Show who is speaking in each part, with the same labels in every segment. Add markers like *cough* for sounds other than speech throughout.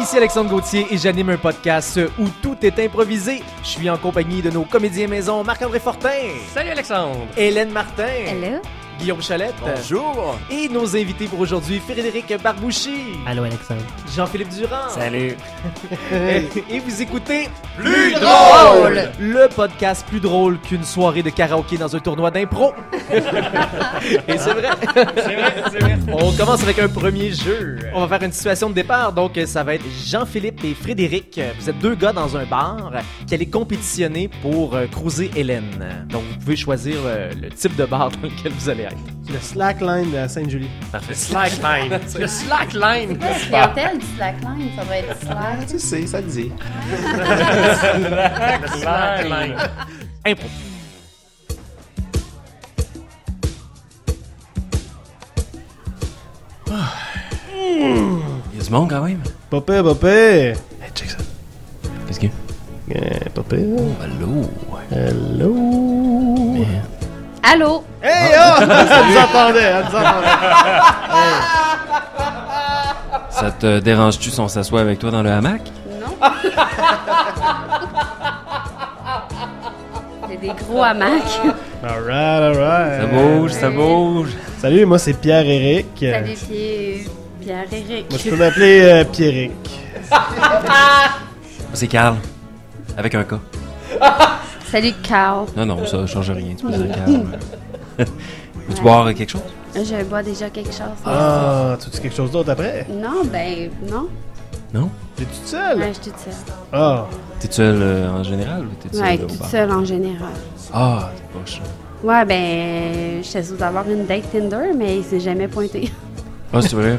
Speaker 1: Ici Alexandre Gauthier et j'anime un podcast où tout est improvisé. Je suis en compagnie de nos comédiens maison Marc-André Fortin,
Speaker 2: Salut Alexandre!
Speaker 1: Hélène Martin,
Speaker 3: Hello.
Speaker 1: Guillaume Chalette
Speaker 2: Bonjour!
Speaker 1: et nos invités pour aujourd'hui Frédéric Barbouchi,
Speaker 4: Allô Alexandre.
Speaker 1: Jean-Philippe Durand.
Speaker 2: Salut!
Speaker 1: *laughs* Et vous écoutez
Speaker 2: Plus
Speaker 3: drôle!
Speaker 1: Le podcast plus drôle qu'une soirée de karaoké dans un tournoi
Speaker 2: *laughs*
Speaker 1: d'impro. et c'est vrai.
Speaker 2: C'est vrai, c'est vrai.
Speaker 1: On commence avec un premier jeu. On va faire une situation de départ, donc euh, ça va être Jean-Philippe et Frédéric. Vous êtes deux gars dans un bar qui allez compétitionner pour euh, croiser Hélène. Donc vous pouvez choisir euh, le type de bar dans lequel vous allez être.
Speaker 5: Le slackline de Sainte-Julie.
Speaker 2: Le slackline. Le slackline.
Speaker 3: Pas clientèle du slackline, ça va être slack.
Speaker 5: Tu sais, ça le dit.
Speaker 2: Le slackline.
Speaker 1: Impro.
Speaker 6: Il y a du monde quand même.
Speaker 5: Popé, popé!
Speaker 6: Hey, check ça. Qu'est-ce qu'il y a? Euh,
Speaker 5: Eh, *laughs* popé.
Speaker 6: Allô?
Speaker 5: Hello!
Speaker 3: Allô?
Speaker 5: Hey, oh! Ça nous entendait, elle nous entendait.
Speaker 6: Ça te dérange-tu si on s'assoit avec toi dans le hamac?
Speaker 3: Non? C'est des gros hamacs. *laughs*
Speaker 5: Alright, alright.
Speaker 6: Ça bouge, ça
Speaker 3: Hey.
Speaker 6: bouge.
Speaker 5: Salut, moi c'est Pierre-Éric.
Speaker 3: Salut Pierre. Pierre Eric.
Speaker 5: Moi je peux m'appeler euh, Pierrick.
Speaker 6: C'est Carl. Avec un K.
Speaker 3: Salut Carl.
Speaker 6: Non, non, ça change rien. Tu peux dire Carl. *laughs* Veux-tu boire quelque chose?
Speaker 3: Je bois déjà quelque chose.
Speaker 5: Ah, tu dis quelque chose d'autre après?
Speaker 3: Non, ben non.
Speaker 6: Non?
Speaker 5: T'es toute seule?
Speaker 3: Ouais, je suis toute seule.
Speaker 5: Ah,
Speaker 6: T'es tout seul euh, en général ou t'es tout seul
Speaker 3: Ouais,
Speaker 6: au
Speaker 3: toute
Speaker 6: bar?
Speaker 3: seule en général.
Speaker 6: Ah, t'es poche.
Speaker 3: Ouais, ben, j'étais supposée avoir une date Tinder, mais il s'est jamais pointé. *laughs*
Speaker 6: Ah, c'est vrai.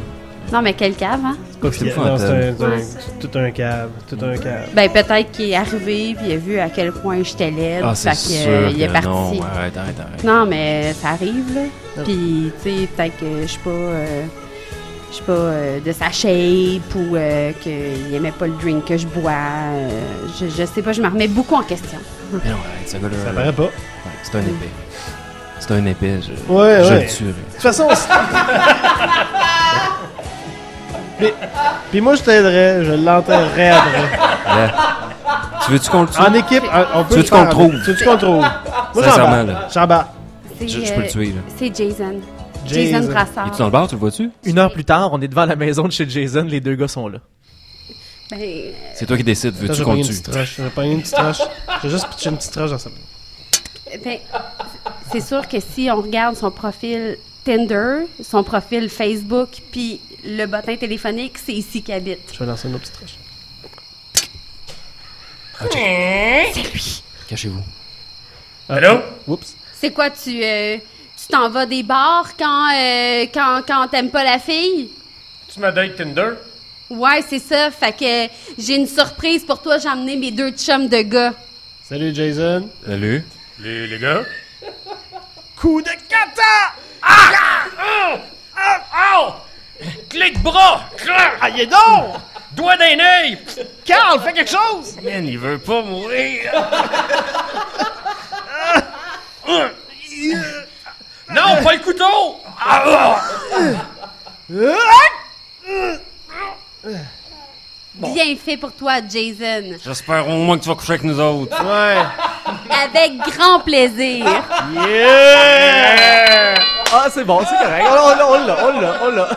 Speaker 3: Non, mais quel cave, hein?
Speaker 5: c'est pas
Speaker 6: C'est le
Speaker 5: Pierre-
Speaker 6: fun,
Speaker 5: non, c'est un-
Speaker 3: Ouais.
Speaker 5: c'est tout un cave, tout un cave.
Speaker 3: Ben, peut-être qu'il est arrivé, puis il a vu à quel point j'étais laide,
Speaker 6: Ah,
Speaker 3: fait
Speaker 6: c'est
Speaker 3: que,
Speaker 6: sûr.
Speaker 3: euh, il est
Speaker 6: que
Speaker 3: parti.
Speaker 6: Non, arrête, arrête, arrête.
Speaker 3: Non, mais ça arrive, là. Puis, tu sais, peut-être que je suis pas. euh, je suis pas euh, de sa shape ou euh, qu'il aimait pas le drink que je bois. euh, je, je sais pas, je me remets beaucoup en question.
Speaker 6: Mais non, arrête, ce gars-là. euh,
Speaker 5: Ça paraît pas.
Speaker 6: ouais, C'est un épais. C'est un épais. Je,
Speaker 5: Ouais,
Speaker 6: je
Speaker 5: ouais.
Speaker 6: le tuerai.
Speaker 5: De toute façon,
Speaker 3: *laughs*
Speaker 5: c'est- Puis- Puis moi, je t'aiderais, je
Speaker 3: *laughs*
Speaker 5: l'enterrerais après.
Speaker 6: Tu veux-tu qu'on le tue?
Speaker 5: En équipe, on on peut.
Speaker 6: Tu veux
Speaker 5: le
Speaker 6: qu'on
Speaker 5: faire
Speaker 6: le
Speaker 5: en-
Speaker 6: trouve?
Speaker 5: Tu veux tu qu'on le trouve? Moi,
Speaker 6: Sincèrement,
Speaker 5: j'en
Speaker 6: là.
Speaker 5: bats. J'en bats.
Speaker 3: C'est,
Speaker 6: Je, je peux le
Speaker 3: euh,
Speaker 6: tuer, là.
Speaker 3: C'est Jason. Jason,
Speaker 5: Jason.
Speaker 6: Il
Speaker 3: Brassard.
Speaker 6: est dans le bar, tu le vois-tu?
Speaker 1: Une heure plus tard, on est devant la maison de chez Jason. Les deux gars sont là.
Speaker 3: Ben, euh,
Speaker 6: C'est toi qui décides,
Speaker 5: Attends,
Speaker 6: veux-tu
Speaker 5: J'ai pas
Speaker 6: qu'on
Speaker 5: une
Speaker 6: le tue?
Speaker 5: petite roche. J'ai pas une petite roche. J'ai juste pitché une petite roche dans sa
Speaker 3: ben, c'est sûr que si on regarde son profil Tinder, son profil Facebook, puis le bottin téléphonique, c'est ici qu'il habite.
Speaker 5: Je vais lancer une autre petite roche.
Speaker 6: Ah, Cachez-vous.
Speaker 5: Allô? Ah, Oups.
Speaker 3: C'est quoi, tu euh, tu t'en vas des bars quand, euh, quand, quand t'aimes pas la fille?
Speaker 2: Tu m'as date Tinder?
Speaker 3: Ouais, c'est ça. Fait que j'ai une surprise pour toi. J'ai emmené mes deux chums de gars.
Speaker 5: Salut, Jason.
Speaker 6: Salut.
Speaker 2: Les, les gars?
Speaker 5: Coup de quatre!
Speaker 2: Oh! Clic bras! Ah, il est Doigt d'un œil! Carl, fais quelque chose! Man, il veut pas mourir! *laughs* non, pas le couteau!
Speaker 3: Bien fait pour toi, Jason.
Speaker 6: J'espère au moins que tu vas coucher avec nous autres.
Speaker 5: Ouais.
Speaker 3: Avec grand
Speaker 2: *laughs*
Speaker 3: plaisir.
Speaker 1: Ah, c'est bon, c'est correct. On l'a, on l'a, on l'a, on *laughs* l'a.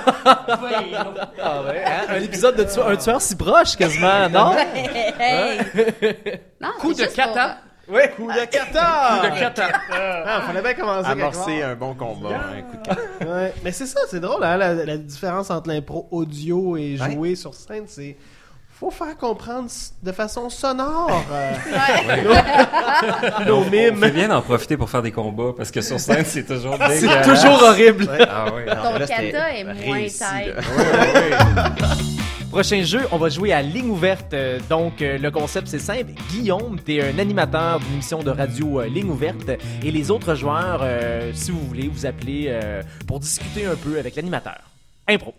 Speaker 1: Ah ouais, hein? Un épisode de tueur, un tueur si proche, quasiment, non?
Speaker 3: Hey. Non,
Speaker 2: Coup
Speaker 3: c'est
Speaker 2: de hein?
Speaker 3: juste pour-
Speaker 2: kata.
Speaker 1: Oui. Coup de
Speaker 2: De
Speaker 1: kata!
Speaker 2: kata.
Speaker 5: Ah, fallait bien commencer.
Speaker 7: amorcer un bon combat. hein, Un coup de cap-
Speaker 5: quelque part. Ouais. Mais c'est ça, c'est drôle, hein, la, la différence entre l'impro audio et jouer sur scène, c'est. Faut faire comprendre s- de façon sonore euh, *laughs* nos, nos
Speaker 6: On peut
Speaker 5: mimes.
Speaker 6: bien en profiter pour faire des combats parce que sur scène, c'est
Speaker 3: *laughs*
Speaker 6: toujours dégueulasse.
Speaker 1: C'est toujours horrible.
Speaker 6: Ah *laughs* ouais.
Speaker 7: Non,
Speaker 3: Ton
Speaker 7: mais là, c'était
Speaker 3: kata est moins
Speaker 7: réussi,
Speaker 3: tight. *laughs*
Speaker 7: là.
Speaker 1: Prochain jeu, on va jouer à ligne ouverte. Euh, Donc, euh, le concept, c'est simple. Guillaume, t'es un animateur d'une émission de radio euh, ligne ouverte. Et les autres joueurs, euh, si vous voulez, vous appelez euh, pour discuter un peu avec l'animateur. Impro.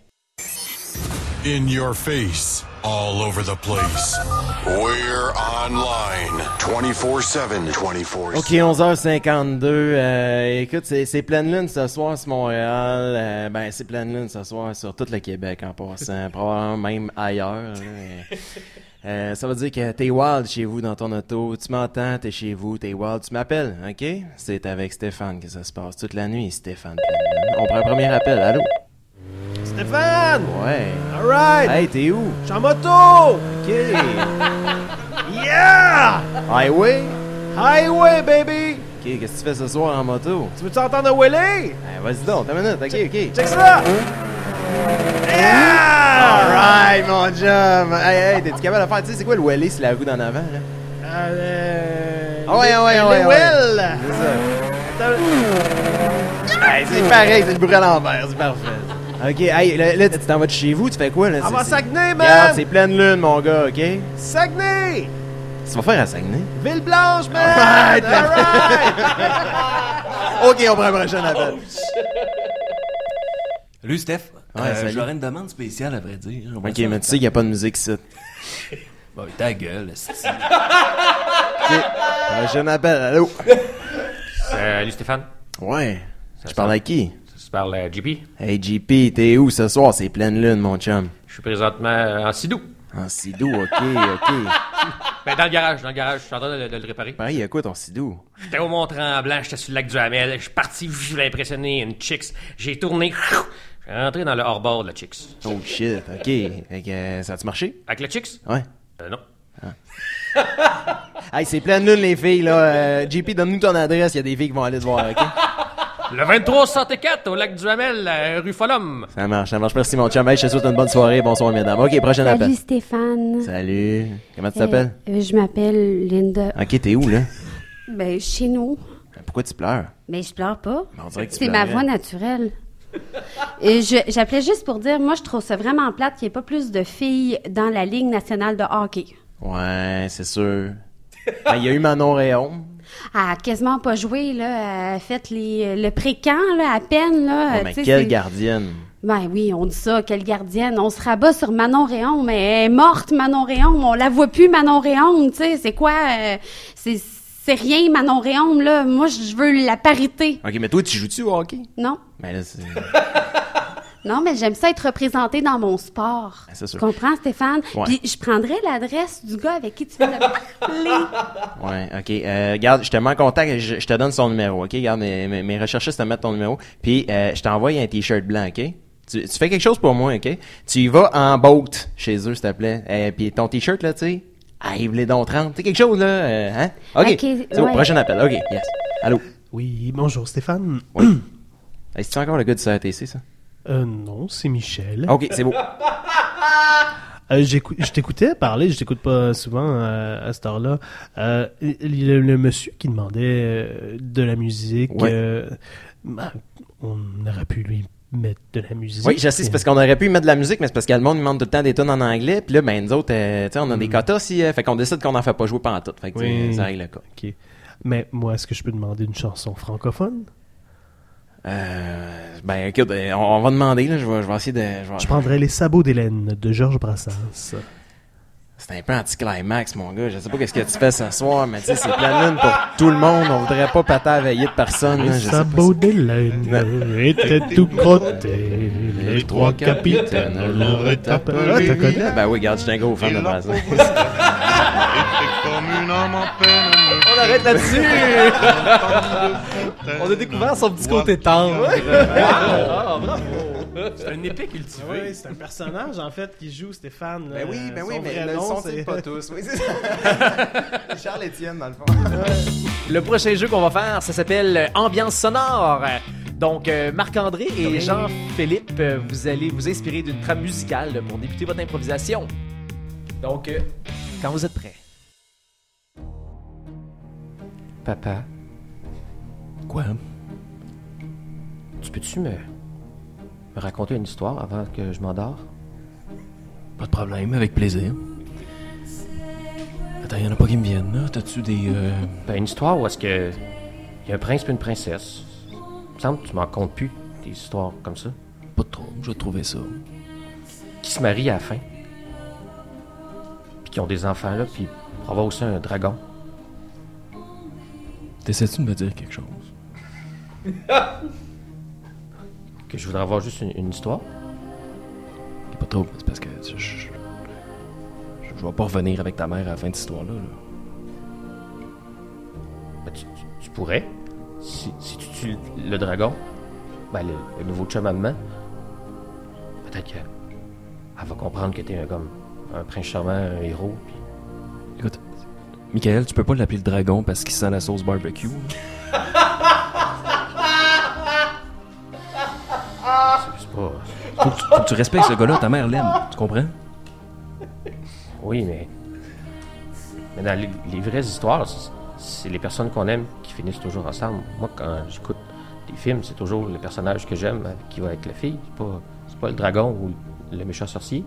Speaker 8: In your face.
Speaker 4: all over the place. We're online 24 7. 24
Speaker 1: OK, 11h52. euh, écoute, c'est, c'est pleine lune ce soir sur Montréal. euh, ben, c'est pleine lune ce soir sur tout le Québec en passant. *laughs* probablement même ailleurs. là, mais, euh, ça veut dire que t'es wild chez vous dans ton auto. Tu m'entends, t'es chez vous, t'es wild, tu m'appelles. OK? C'est avec Stéphane que ça se passe toute la nuit, Stéphane. Pleine Lune. On prend un premier appel. Allô?
Speaker 5: Stéphane!
Speaker 1: Ouais.
Speaker 5: Alright!
Speaker 1: Hey, t'es où?
Speaker 5: Je suis en moto!
Speaker 1: OK. *laughs*
Speaker 5: Yeah!
Speaker 1: Highway?
Speaker 5: Highway, baby!
Speaker 1: OK, qu'est-ce que tu fais ce soir en moto?
Speaker 5: Tu veux t'entendre Willy?
Speaker 1: Eh, vas-y donc, t'as une minute. OK, OK.
Speaker 5: Check ça! Yeah!
Speaker 1: Alright, mon chum! Hey, hey, t'es-tu capable de faire? Tu sais, c'est quoi le wellé sur la roue d'en avant, là?
Speaker 5: Euh,
Speaker 1: Ah ouais,
Speaker 5: les-
Speaker 1: ah ouais,
Speaker 5: les
Speaker 1: ah ouais, Mmh. ah
Speaker 5: Will!
Speaker 1: C'est ça.
Speaker 5: Attends,
Speaker 1: Hey, c'est pareil, c'est le bruit à l'envers, c'est parfait. Ah, Ok, hey, là, là, tu t'en vas de chez vous, tu fais quoi, là?
Speaker 5: On
Speaker 1: C'est-
Speaker 5: va à
Speaker 1: c'est-
Speaker 5: Saguenay,
Speaker 1: Regarde,
Speaker 5: man!
Speaker 1: c'est pleine lune, mon gars, ok? Tu
Speaker 5: Saguenay!
Speaker 1: vas faire à Saguenay?
Speaker 5: Ville-Blanche, man!
Speaker 1: Alright, la-
Speaker 5: Alright!
Speaker 1: Ok, on prend un prochain appel.
Speaker 6: Salut Steph.
Speaker 1: Ouais,
Speaker 6: Euh,
Speaker 1: salut.
Speaker 6: J'aurais une demande spéciale à vrai dire.
Speaker 1: Ok, mais tu sais qu'il n'y a pas de musique ici.
Speaker 6: Bah, ta gueule, esti.
Speaker 1: Prochain appel, allô?
Speaker 2: Euh, Salut Stéphane.
Speaker 1: Ouais. Je
Speaker 2: sent-
Speaker 1: parle à qui?
Speaker 2: Tu parles à JP.
Speaker 1: Hey, JP, t'es où ce soir? C'est pleine lune, mon chum.
Speaker 2: Je suis présentement euh, en Sidou.
Speaker 1: En sidou, ok, ok.
Speaker 2: Ben, dans le garage, dans le garage. Je suis en train de, de le réparer.
Speaker 1: Pareil, il y a quoi ton sidou?
Speaker 2: J'étais au Mont-Tremblant, j'étais sur le lac du Hamel. Je suis parti, je voulais impressionner une chicks. J'ai tourné. Je suis rentré dans le hors-bord de la chicks.
Speaker 1: Oh shit, ok. Fait que, euh, ça a-tu marché?
Speaker 2: Avec la chicks?
Speaker 1: Ouais.
Speaker 2: Euh, non.
Speaker 1: Hey, c'est pleine lune, les filles, là. Euh, JP, donne-nous ton adresse, il y a des filles qui vont aller te voir, ok?
Speaker 2: Le 2364 au lac du Hamel, euh, rue Follum.
Speaker 1: Ça marche, ça marche. Merci, mon chum. Hey, je te souhaite une bonne soirée. Bonsoir, mesdames. OK, prochain
Speaker 3: Salut
Speaker 1: appel.
Speaker 3: Stéphane.
Speaker 1: Salut. Comment tu t'appelles?
Speaker 3: Euh, euh, je m'appelle Linda.
Speaker 1: OK, t'es où, là?
Speaker 3: Ben, chez nous.
Speaker 1: Pourquoi tu pleures?
Speaker 3: Mais je pleure pas.
Speaker 1: Mais on dirait que tu
Speaker 3: C'est ma
Speaker 1: pleurais.
Speaker 3: voix naturelle. Et je- j'appelais juste pour dire, moi, je trouve ça vraiment plate qu'il n'y ait pas plus de filles dans la Ligue nationale de hockey.
Speaker 1: Ouais, c'est sûr. Ben, Il y a eu Manon Réon.
Speaker 3: Elle a quasiment pas joué, là. Elle a fait les, le pré-camp, là, à peine, là.
Speaker 1: Oh, mais
Speaker 3: Tu sais,
Speaker 1: quelle
Speaker 3: c'est-
Speaker 1: gardienne.
Speaker 3: Ben oui, on dit ça, quelle gardienne. On se rabat sur Manon Réon, mais elle est morte, Manon Réon. On la voit plus, Manon Réon, tu sais. C'est quoi? euh, c'est c'est rien, Manon Réon, là. Moi, je veux la parité.
Speaker 1: OK, mais toi, *laughs* tu joues-tu au hockey?
Speaker 3: Non?
Speaker 1: Ben là, c'est...
Speaker 3: Non, mais j'aime ça être représentée dans mon sport.
Speaker 1: Ah,
Speaker 6: Ben,
Speaker 1: c'est sûr.
Speaker 3: Tu comprends, Stéphane?
Speaker 1: Ouais.
Speaker 3: Puis je prendrais l'adresse du gars avec qui tu veux me parler.
Speaker 1: Ouais, OK. Euh, garde, je te mets en contact. Je, je te donne son numéro, OK? Garde, mes, mes, mes recherchistes te mettent ton numéro. Puis, euh, je t'envoie un T-shirt blanc, OK? Tu, tu fais quelque chose pour moi, OK? Tu y vas en boat chez eux, s'il te plaît. Euh, puis, ton T-shirt, là, tu sais, ah, arrive les dons 30. C'est quelque chose, là, euh, hein? OK.
Speaker 3: Ok,
Speaker 1: C'est bon,
Speaker 3: ouais.
Speaker 1: prochain appel. OK, yes. Allô?
Speaker 5: Oui, bonjour Stéphane.
Speaker 1: Oui. Est-ce que c'est encore le gars du CRTC, ça?
Speaker 5: Euh, non, c'est Michel.
Speaker 1: OK, c'est beau.
Speaker 5: Euh, j'écou- je t'écoutais parler, je t'écoute pas souvent euh, à cette heure-là. Euh, il- le, le monsieur qui demandait euh, de la musique,
Speaker 1: Ouais.
Speaker 5: euh, bah, on aurait pu lui mettre de la musique.
Speaker 1: Oui, je sais, c'est parce qu'on aurait pu y mettre de la musique, mais c'est parce que le monde il demande tout le temps des tonnes en anglais, puis là, ben, nous autres, euh, tu sais, on a des quotas, si, euh, fait qu'on décide qu'on n'en fait pas jouer pendant tout. Fait que, tu sais,
Speaker 5: Oui.
Speaker 1: ça règle le cas.
Speaker 5: Ok. Mais moi, est-ce que je peux demander une chanson francophone?
Speaker 1: Ah. Euh, ben, écoute, euh, on, on va demander, là. Je vais, je vais essayer de. je vais-
Speaker 5: Je prendrais Les Sabots d'Hélène de Georges Brassens.
Speaker 1: Ah, C'est un peu anticlimax, mon gars. Je sais pas qu'est-ce que tu fais ce soir, mais tu sais, c'est pleine lune pour tout le monde. On voudrait pas pâter à veiller de personne, là.
Speaker 5: Les
Speaker 1: Je sais pas.
Speaker 5: sabots d'Hélène étaient
Speaker 1: *laughs*
Speaker 5: tout crottés. Les trois capitaines l'auraient appelé.
Speaker 1: Ben oui, regarde, je suis un gros fan de Brassens. On arrête là-dessus! on a découvert son petit côté tendre. Ah,
Speaker 2: C'est un épique ultime.
Speaker 5: Oui, c'est un personnage en fait qui joue Stéphane.
Speaker 6: Ben oui, ben oui, mais
Speaker 1: Euh,
Speaker 6: ne le
Speaker 1: *laughs*
Speaker 6: sont-ils pas tous? Oui, c'est ça. Charles Étienne, dans le fond.
Speaker 1: Le prochain jeu qu'on va faire, ça s'appelle euh, Ambiance sonore. Donc, euh, Marc-André et Jean-Philippe, euh, vous allez vous inspirer d'une trame musicale pour débuter votre improvisation. Donc, euh, quand vous êtes prêts.
Speaker 2: Papa,
Speaker 6: Quoi?
Speaker 2: tu peux-tu me, me raconter une histoire avant que je m'endors?
Speaker 6: Pas de problème, avec plaisir. Attends, y'en a pas qui me viennent, là. T'as-tu des. euh,
Speaker 2: Ben, une histoire où est-ce que. Il y a un prince puis une princesse. Il me semble que tu m'en comptes plus, des histoires comme ça.
Speaker 6: Pas de trouble, je vais trouver ça.
Speaker 2: Qui se marie à la fin. qui ont des enfants, là, puis on va aussi un dragon.
Speaker 6: T'essaies-tu de me dire quelque chose?
Speaker 2: Que je voudrais avoir juste une, une histoire.
Speaker 6: C'est pas trop, c'est parce que je, je, je- je vais pas revenir avec ta mère à la fin de cette histoire-là. là.
Speaker 2: Ben, tu, tu- tu pourrais. Si, si tu tues le dragon, ben, le, le nouveau chum à maman, peut-être que elle va comprendre que t'es un, comme un prince charmant, un héros. puis-
Speaker 6: Écoute, Michael, tu peux pas l'appeler le dragon parce qu'il sent la sauce barbecue.
Speaker 2: C'est pas.
Speaker 6: Faut que tu, faut que tu respectes ce gars-là, ta mère l'aime, tu comprends?
Speaker 2: Oui, mais. Mais dans les, les vraies histoires, c'est- c'est les personnes qu'on aime qui finissent toujours ensemble. Moi, quand j'écoute des films, c'est toujours le personnage que j'aime avec- qui va avec la fille. C'est pas, c'est pas le dragon ou le méchant sorcier.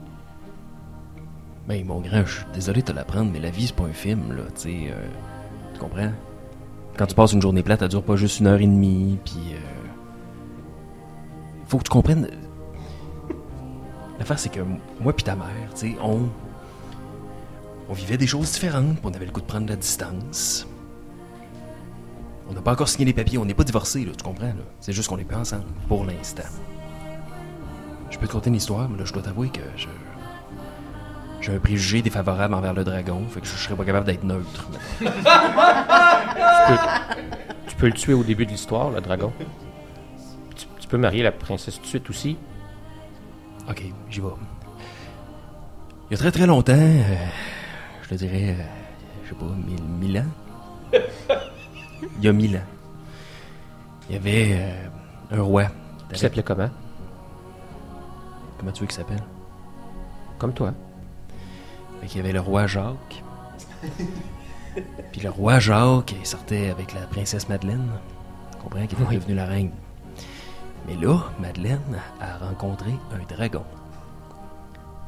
Speaker 6: Ben mon grand, je suis désolé de te l'apprendre, mais la vie c'est pas un film, là, tu sais. euh, tu comprends? Quand tu passes une journée plate, ça dure pas juste une heure et demie, puis. euh, faut que tu comprennes. euh, L'affaire, c'est que moi puis ta mère, tu sais, on. On vivait des choses différentes, puis on avait le goût de prendre la distance. On n'a pas encore signé les papiers, on n'est pas divorcés, là, tu comprends, là? C'est juste qu'on est pas ensemble, pour l'instant. Je peux te conter une histoire, mais là, je dois t'avouer que je. J'ai un préjugé défavorable envers le dragon, fait que je serais pas capable d'être neutre.
Speaker 2: Tu peux le tuer au début de l'histoire, le dragon. Tu, tu peux marier la princesse tout de suite aussi.
Speaker 6: Ok, j'y vais. Il y a très très longtemps, euh, je te dirais, euh, je sais pas, mille, mille ans. Il y a mille ans. Il y avait euh, un roi.
Speaker 2: Tu s'appelait comment
Speaker 6: Comment tu veux qu'il s'appelle
Speaker 2: Comme toi.
Speaker 6: Fait qu'il y avait le roi Jacques. Puis le roi Jacques, il sortait avec la princesse Madeleine. Tu comprends qui est devenue la reine. Mais là, Madeleine a rencontré un dragon.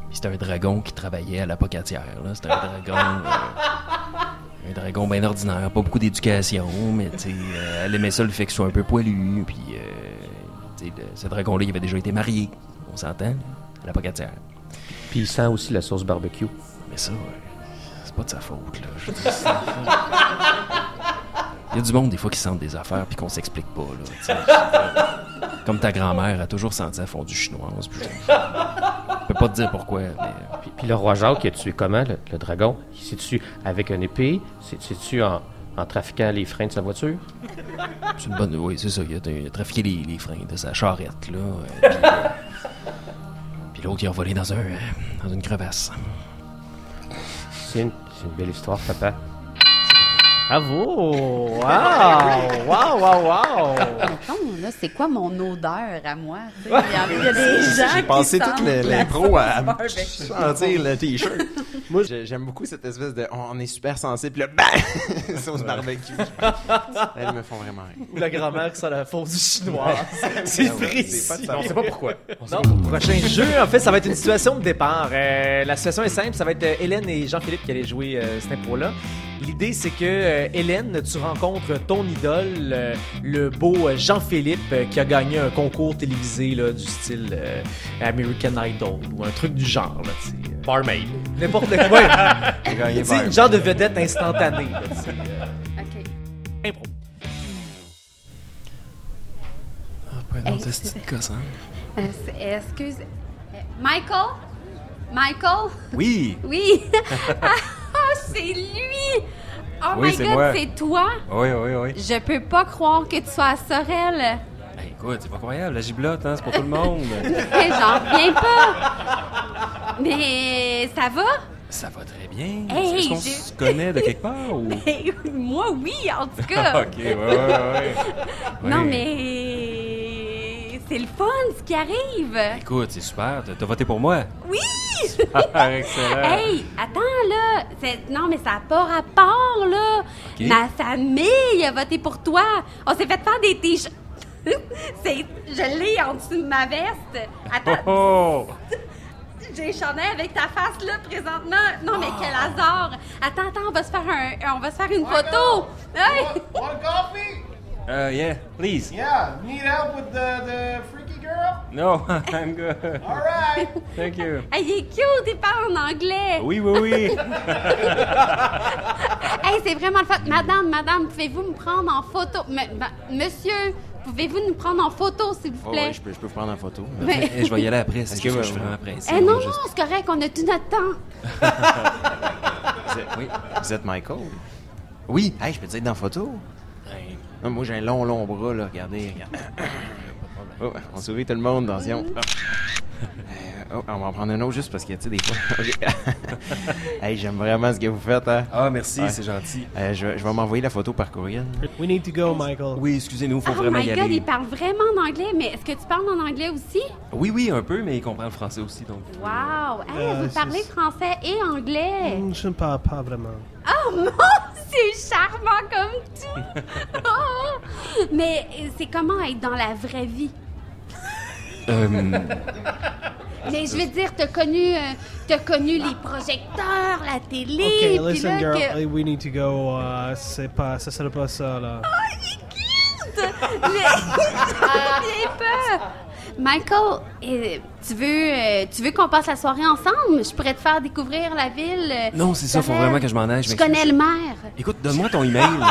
Speaker 6: Puis c'était un dragon qui travaillait à la pocatière. là. C'était un dragon. euh, un dragon bien ordinaire, pas beaucoup d'éducation, mais tu sais, euh, elle aimait ça le fait qu'il soit un peu poilu. Puis, euh, tu sais, le- ce dragon-là, il avait déjà été marié, on s'entend, à la pocatière.
Speaker 2: Puis il sent aussi la sauce barbecue.
Speaker 6: Mais ça, euh, c'est pas de sa faute, là. Je veux dire, c'est- Il y a du monde, des fois, qui sentent des affaires puis qu'on s'explique pas, là. tu sais. C'est, euh, Comme ta grand-mère a toujours senti la fondue chinoise. puis je- Je peux pas te dire pourquoi, mais...
Speaker 2: Puis, puis le roi Jacques, il a tué comment le, le dragon Il s'est tué avec une épée S'est s'est tué en, en trafiquant les freins de sa voiture
Speaker 6: C'est une bonne. Oui, c'est ça. Il a, il a trafiqué les, les freins de sa charrette, là. euh, puis, euh, Puis l'autre, il a volé dans, un, euh, dans une crevasse.
Speaker 2: C'est une, c'est une belle histoire, papa.
Speaker 1: Bravo! Wow! Wow, wow, wow!
Speaker 3: Mettons, là, c'est quoi mon odeur à moi? tu sais? Il y a- il y a *laughs* des gens
Speaker 7: J'ai
Speaker 3: qui
Speaker 7: passé
Speaker 3: sentent
Speaker 7: toute
Speaker 3: la
Speaker 7: le- l'impro à
Speaker 3: sauce barbecue.
Speaker 7: sentir le t-shirt. Moi, je- j'aime beaucoup cette espèce de on est super sensible, le bang! *laughs* Sauce barbecue. Elles me font vraiment rire.
Speaker 1: Ou la grand-mère qui sent la fondue
Speaker 2: *laughs*
Speaker 1: chinoise. C'est précis.
Speaker 7: C'est pas de sa-
Speaker 2: pas pourquoi.
Speaker 1: Non, prochain jeu, en fait, ça va être une situation de départ. Euh, la situation est simple, ça va être euh, Hélène et Jean-Philippe qui allaient jouer euh, cette impro-là. L'idée, c'est que euh, Hélène, tu rencontres ton idole, euh, le beau euh, Jean-Philippe, euh, qui a gagné un concours télévisé là, du style euh, American Idol ou un truc du genre. Là, tu sais, euh,
Speaker 2: Barmaid.
Speaker 1: N'importe quoi.
Speaker 7: *laughs* J'ai
Speaker 1: Tu
Speaker 7: gagné
Speaker 1: sais,
Speaker 7: vert.
Speaker 1: une genre de vedette instantanée. là, tu sais, euh,
Speaker 3: OK.
Speaker 1: impro.
Speaker 6: Ah, ouais,
Speaker 3: non, c'est
Speaker 6: c'est
Speaker 3: cette
Speaker 6: petite gosse, hein?
Speaker 3: Est-ce- Excuse. euh, Michael? Michael?
Speaker 6: Oui! *laughs*
Speaker 3: Oui! ah, c'est lui! Oh
Speaker 6: Oui,
Speaker 3: my
Speaker 6: c'est
Speaker 3: god,
Speaker 6: moi.
Speaker 3: c'est toi!
Speaker 6: Oui, oui, oui.
Speaker 3: Je peux pas croire que tu sois à Sorel!
Speaker 6: Hey, écoute, c'est pas croyable, la giblotte, hein? C'est pour tout le monde!
Speaker 3: Hey, Eh, J'en reviens pas!
Speaker 6: *laughs*
Speaker 3: Mais ça va?
Speaker 6: Ça va très bien.
Speaker 3: Hey,
Speaker 6: Est-ce qu'on
Speaker 3: j'ai-
Speaker 6: se connaît de quelque
Speaker 3: *laughs*
Speaker 6: part ou...
Speaker 3: Eh, Moi, oui, en tout
Speaker 6: Ah,
Speaker 3: cas!
Speaker 6: ok, ouais, ouais, ouais.
Speaker 3: Non,
Speaker 6: Oui.
Speaker 3: mais. C'est le fun ce qui arrive!
Speaker 6: Écoute, c'est super. T'as t'as voté pour moi.
Speaker 3: Oui!
Speaker 6: Ah, *laughs* excellent.
Speaker 3: Hey, attends, là! C'est- Non, mais ça n'a pas rapport, là!
Speaker 6: Ok.
Speaker 3: Ma famille a voté pour toi! On s'est fait faire des t-shirts! *laughs* C'est- Je l'ai en dessous de ma veste! Attends,
Speaker 6: Oh! Oh.
Speaker 3: j'ai un chandail avec ta face, là, présentement! Non, mais quel hasard! Attends, attends, on va se faire, un... on va se faire une photo! Hey!
Speaker 8: Want coffee?
Speaker 6: Euh, yeah, please.
Speaker 8: Yeah. Need help with the, the freaky
Speaker 7: girl?
Speaker 2: No, *laughs* I'm good.
Speaker 7: All right.
Speaker 2: Thank you.
Speaker 3: Hey, il est cute, il parle en anglais.
Speaker 2: Oui, oui, oui.
Speaker 3: Hey, c'est vraiment le fun. Madame, madame, pouvez-vous me prendre en photo? Me- ma- monsieur, pouvez-vous nous prendre en photo, s'il vous
Speaker 7: Oh,
Speaker 3: plaît?
Speaker 7: ouais, je, peux, je peux vous prendre en photo.
Speaker 3: Mais-
Speaker 6: Eh, je vais y aller après, c'est
Speaker 7: Est-ce
Speaker 6: juste
Speaker 7: que
Speaker 6: que
Speaker 7: vous-
Speaker 6: je suis vraiment pressé.
Speaker 3: Eh, non,
Speaker 6: Juste-
Speaker 3: non, c'est correct, on a tout notre temps.
Speaker 7: Vous êtes,
Speaker 6: Oui.
Speaker 7: vous êtes Michael? Oui. Hey, je peux te dire dans la photo?
Speaker 6: Ben,
Speaker 7: Non, moi, j'ai un long, long bras, là. Regardez, regardez. Oh, on sourit tout le monde, attention. Ah. Euh, oh, on va en prendre un autre juste parce que, tu sais, des fois... *laughs* Ok. hey, j'aime vraiment ce que vous faites, hein.
Speaker 6: Ah, merci,
Speaker 7: Ouais.
Speaker 6: c'est gentil.
Speaker 7: Euh, je, vais- je vais m'envoyer la photo par courriel.
Speaker 5: We need to go, Michael.
Speaker 6: Oui, excusez-nous, faut
Speaker 3: oh
Speaker 6: vraiment
Speaker 3: my
Speaker 6: y
Speaker 3: God,
Speaker 6: aller.
Speaker 3: il parle vraiment en anglais, mais est-ce que tu parles en anglais aussi?
Speaker 6: Oui, oui, un peu, mais il comprend le français aussi, donc.
Speaker 3: Wow! Hey,
Speaker 5: Euh,
Speaker 3: vous parlez
Speaker 5: c'est-
Speaker 3: français et anglais!
Speaker 5: Hmm, Je ne parle pas vraiment.
Speaker 3: Oh mon! C'est charmant comme
Speaker 6: *laughs*
Speaker 3: tout! Oh! Mais euh, c'est comment être dans la vraie vie?
Speaker 6: Euh,
Speaker 3: Mais je veux dire, t'as connu, euh, t'as connu les projecteurs, la télé,
Speaker 5: Ok,
Speaker 3: puis
Speaker 5: listen,
Speaker 3: là, *laughs*
Speaker 5: girl,
Speaker 3: que...
Speaker 5: eh, we need to go. euh, c'est pas, ça sera pas ça, là.
Speaker 3: J'ai j'ai peur! Michael, euh, tu veux, euh, tu veux qu'on passe la soirée ensemble? Je pourrais te faire découvrir la ville. euh,
Speaker 6: Non, c'est ça, faut
Speaker 3: de
Speaker 6: vraiment
Speaker 3: rêve.
Speaker 6: que je m'en aille, je
Speaker 3: Je connais
Speaker 6: m'excuse.
Speaker 3: le maire.
Speaker 6: Écoute, donne-moi
Speaker 3: *laughs*
Speaker 6: ton email.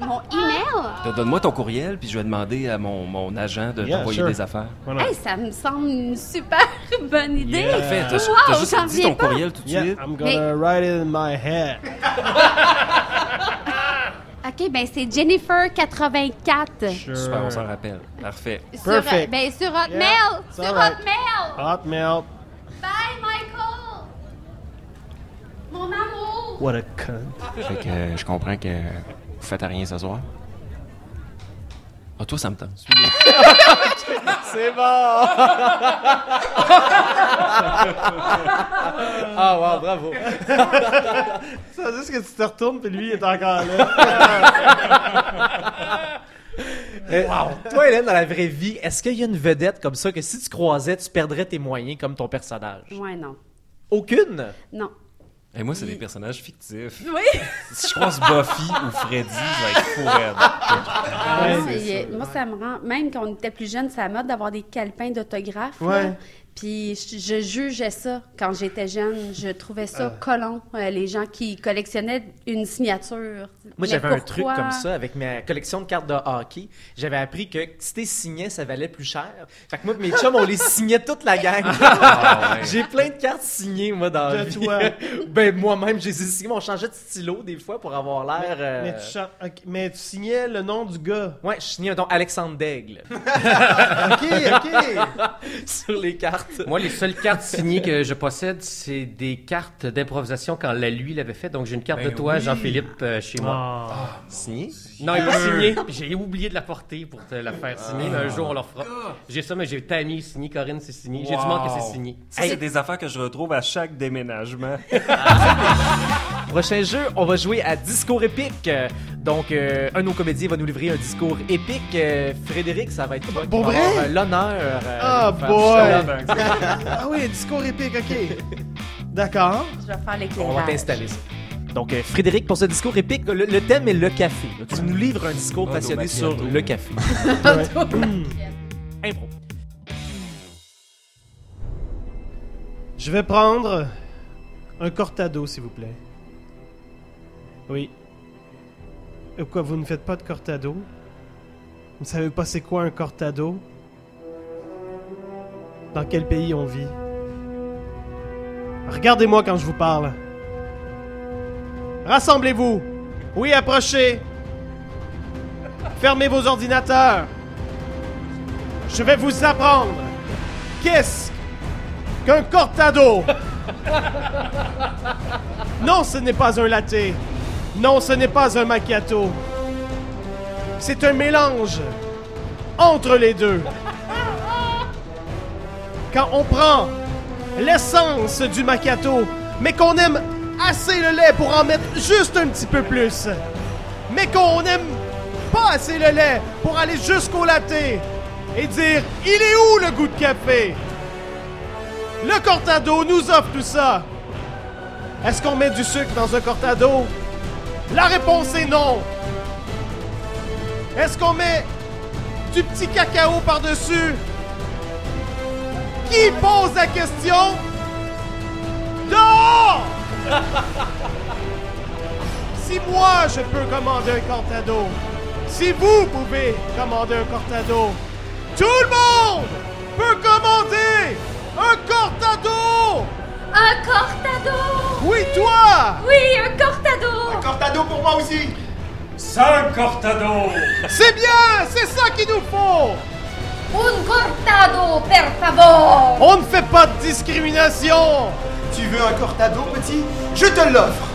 Speaker 3: Mon email?
Speaker 6: Don- Donne-moi ton courriel, puis je vais demander à mon, mon agent de
Speaker 5: Yeah,
Speaker 6: t'envoyer
Speaker 5: sure.
Speaker 6: des affaires.
Speaker 5: Voilà.
Speaker 3: Hey, ça me semble une super *laughs* bonne idée.
Speaker 5: Yeah.
Speaker 6: Parfait, t'as
Speaker 3: Wow,
Speaker 6: t'as juste
Speaker 3: j'en
Speaker 6: dit
Speaker 3: reviens
Speaker 6: ton
Speaker 3: pas.
Speaker 6: courriel tout de
Speaker 5: Yeah,
Speaker 6: suite.
Speaker 5: I'm gonna write it in my head.
Speaker 3: OK, ben c'est Jennifer84.
Speaker 5: Sure.
Speaker 6: Super, on s'en rappelle. Parfait.
Speaker 5: Perfect.
Speaker 3: Sur, ben sur Hotmail.
Speaker 5: Yeah, it's
Speaker 3: sur
Speaker 5: alright.
Speaker 3: Hotmail.
Speaker 5: Hotmail.
Speaker 3: Bye, Michael. Mon amour.
Speaker 5: What a cunt.
Speaker 7: Fait que euh, je comprends que vous faites rien ce soir.
Speaker 6: Ah, toi, ça me tente.
Speaker 1: C'est bon! ah, wow, bravo!
Speaker 5: Ça veut dire que tu te retournes, puis lui, il est encore là.
Speaker 1: Euh, Toi, Hélène, dans la vraie vie, est-ce qu'il y a une vedette comme ça que si tu croisais, tu perdrais tes moyens comme ton personnage?
Speaker 3: Ouais, non.
Speaker 1: Aucune?
Speaker 3: Non.
Speaker 6: Et moi, c'est des personnages fictifs.
Speaker 3: Oui.
Speaker 6: Si je croise Buffy ou Freddy, je vais être fou raide.
Speaker 3: Moi, c'est- euh, moi, ça me rend. Même quand on était plus jeune, ça mode d'avoir des calepins d'autographes. là.
Speaker 5: Ouais.
Speaker 3: Puis je, je jugeais ça quand j'étais jeune. Je trouvais ça collant, euh, les gens qui collectionnaient une signature.
Speaker 1: Moi,
Speaker 3: Mais
Speaker 1: j'avais un truc
Speaker 3: pourquoi?
Speaker 1: comme ça avec ma collection de cartes de hockey. J'avais appris que si t'es signé, ça valait plus cher. Fait que moi, mes chums, on les signait toute la gang.
Speaker 6: *laughs* Ah, ouais.
Speaker 1: J'ai plein de cartes signées, moi, dans la
Speaker 5: De
Speaker 1: vie.
Speaker 5: toi.
Speaker 1: *laughs* ben, moi-même, j'ai signé. On changeait de stylo des fois pour avoir l'air. euh,
Speaker 5: Mais, tu chan- ok, mais tu signais le nom du gars.
Speaker 1: Ouais, je signais un don Alexandre Daigle *laughs*
Speaker 5: Ok, ok.
Speaker 1: sur les cartes.
Speaker 2: *laughs* Moi, les seules cartes signées que je possède, c'est des cartes d'improvisation quand la lui l'avait fait. Donc, j'ai une carte
Speaker 6: Ben
Speaker 2: de toi,
Speaker 6: oui.
Speaker 2: Jean-Philippe, euh, chez moi.
Speaker 5: Ah.
Speaker 7: Signé?
Speaker 2: Non, elle n'est pas signée. J'ai oublié de la porter pour te la faire signer. mais un jour, on leur fera. J'ai ça, mais j'ai Tammy signé, Corinne, c'est signé. J'ai du monde que c'est signé.
Speaker 6: Ça, c'est des affaires que je retrouve à chaque déménagement.
Speaker 1: Prochain jeu, on va jouer à Discours épique. Euh, Donc, euh, un de nos comédiens va nous livrer un discours épique. Euh, Frédéric, ça va être toi qui
Speaker 5: Pour
Speaker 1: va
Speaker 5: vrai?
Speaker 1: avoir, euh, l'honneur. euh,
Speaker 5: Ah,
Speaker 1: de faire
Speaker 5: boy!
Speaker 1: ça.
Speaker 6: hein.
Speaker 5: ah oui, discours épique, ok. D'accord.
Speaker 3: Je vais faire l'éclairage.
Speaker 1: On va t'installer ça. Donc, euh, Frédéric, pour ce discours épique, le, le thème est le café. Tu nous livres un discours
Speaker 9: Ah,
Speaker 6: Mondo
Speaker 1: passionné sur
Speaker 6: macchiato.
Speaker 1: le café. Impro.
Speaker 5: Je vais prendre un cortado, s'il vous plaît. Oui. Et quoi, vous ne faites pas de cortado Vous ne savez pas c'est quoi un cortado Dans quel pays on vit Regardez-moi quand je vous parle. Rassemblez-vous. Oui, approchez. Fermez vos ordinateurs. Je vais vous apprendre. Qu'est-ce qu'un cortado. non, ce n'est pas un latte. Non, ce n'est pas un macchiato. C'est un mélange entre les deux. Quand on prend l'essence du macchiato, mais qu'on aime assez le lait pour en mettre juste un petit peu plus, mais qu'on aime pas assez le lait pour aller jusqu'au latte et dire il est où le goût de café le cortado nous offre tout ça. Est-ce qu'on met du sucre dans un cortado? La réponse est non. Est-ce qu'on met du petit cacao par-dessus? Qui pose la question? Dehors! si moi, je peux commander un cortado, si vous pouvez commander un cortado, tout le monde peut commander un cortado!
Speaker 8: Un cortado
Speaker 5: Oui, toi!
Speaker 8: Oui, un cortado
Speaker 5: Cortado pour moi aussi!
Speaker 10: 5 cortado!
Speaker 5: C'est bien! C'est ça qu'il nous faut!
Speaker 8: Un cortado, per favor
Speaker 5: On ne fait pas de discrimination!
Speaker 11: Tu veux un cortado, petit Je te l'offre.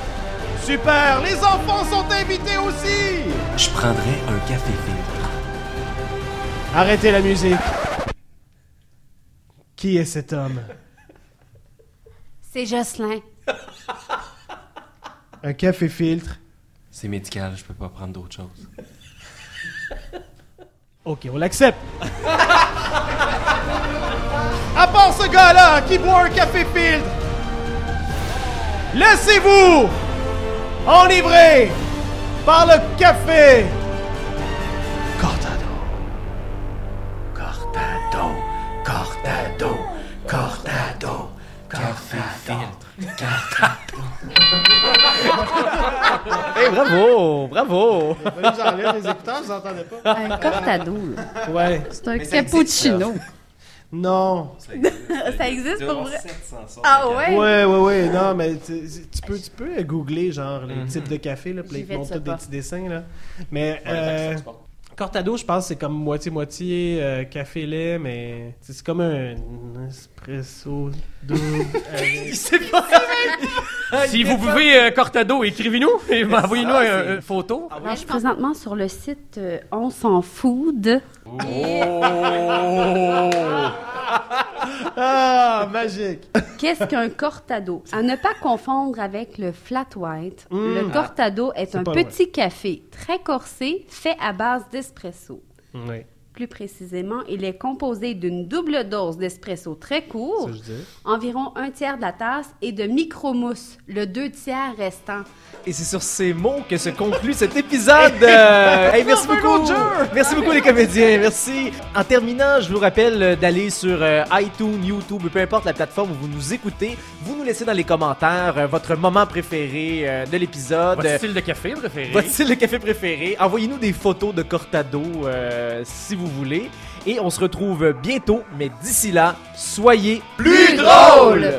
Speaker 5: Super! Les enfants sont invités aussi!
Speaker 9: Je prendrai un café filtre.
Speaker 5: Arrêtez la musique. Qui est cet homme?
Speaker 3: C'est Jocelyn.
Speaker 5: Un café filtre.
Speaker 9: C'est médical, je peux pas prendre d'autres choses.
Speaker 5: *laughs* Ok, on l'accepte. *laughs* à part ce gars-là qui boit un café filtre, laissez-vous enivrer par le café.
Speaker 9: Cortado. Cortado. Cortado. Cortado. Café filtre.
Speaker 1: *laughs* Eh, bravo, bravo.
Speaker 5: J'enlève les écouteurs, vous entendez pas?
Speaker 3: *laughs* Un cortado, là.
Speaker 5: Ouais.
Speaker 3: C'est un
Speaker 7: ça existe,
Speaker 3: cappuccino.
Speaker 5: Non.
Speaker 3: Ça existe pour vrai?
Speaker 9: 700 sortes
Speaker 3: Ah
Speaker 9: de
Speaker 3: ouais? Mhm.
Speaker 5: Ouais, ouais, ouais. Non, mais tu, tu peux, tu peux googler, genre, les types de café, là, puis
Speaker 3: J'y
Speaker 5: ils te
Speaker 3: vais de
Speaker 5: montrent
Speaker 3: ce
Speaker 5: tous des
Speaker 3: pas.
Speaker 5: petits dessins, là. Mais.
Speaker 2: Ouais, les accents
Speaker 5: euh,
Speaker 2: du sport.
Speaker 5: Cortado, je pense, c'est comme moitié-moitié euh, café-lait, mais tu sais, c'est comme un espresso
Speaker 3: *laughs*
Speaker 5: double. Euh, avec- *laughs*
Speaker 10: Si vous pouvez, euh, Cortado, écrivez-nous et
Speaker 5: Ah,
Speaker 10: envoyez-nous un- une photo.
Speaker 3: Je suis présentement sur le site euh, On s'en food.
Speaker 5: ah, magique!
Speaker 3: Qu'est-ce qu'un cortado? À ne pas confondre avec le flat white, le cortado est, un
Speaker 5: pas
Speaker 3: petit café très corsé fait à base d'espresso.
Speaker 5: Oui,
Speaker 3: Plus précisément, il est composé d'une double dose d'espresso très
Speaker 5: ça
Speaker 3: court,
Speaker 5: je dis.
Speaker 3: environ un tiers de la tasse, et de micro-mousse, le deux tiers restant.
Speaker 1: Et c'est sur ces mots que se conclut cet épisode.
Speaker 10: *laughs*
Speaker 1: Euh, hey, merci beaucoup. Merci beaucoup les comédiens. Merci. En terminant, je vous rappelle euh, d'aller sur euh, iTunes, YouTube, peu importe la plateforme où vous nous écoutez. Vous nous laissez dans les commentaires euh, votre moment préféré euh, de l'épisode.
Speaker 10: Votre style de café préféré.
Speaker 1: Votre style de café préféré. Envoyez-nous des photos de Cortado euh, si vous voulez. Et on se retrouve bientôt. Mais d'ici là, soyez plus drôles!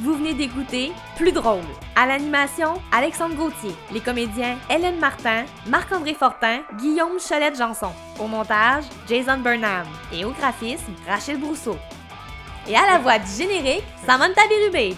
Speaker 8: Vous venez d'écouter Plus drôle. À l'animation, Alexandre Gauthier. Les comédiens Hélène Martin, Marc-André Fortin, Guillaume Cholette-Janson. Au montage, Jason Burnham. Et au graphisme, Rachel Brousseau. Et à la voix du générique, Samantha Birubé.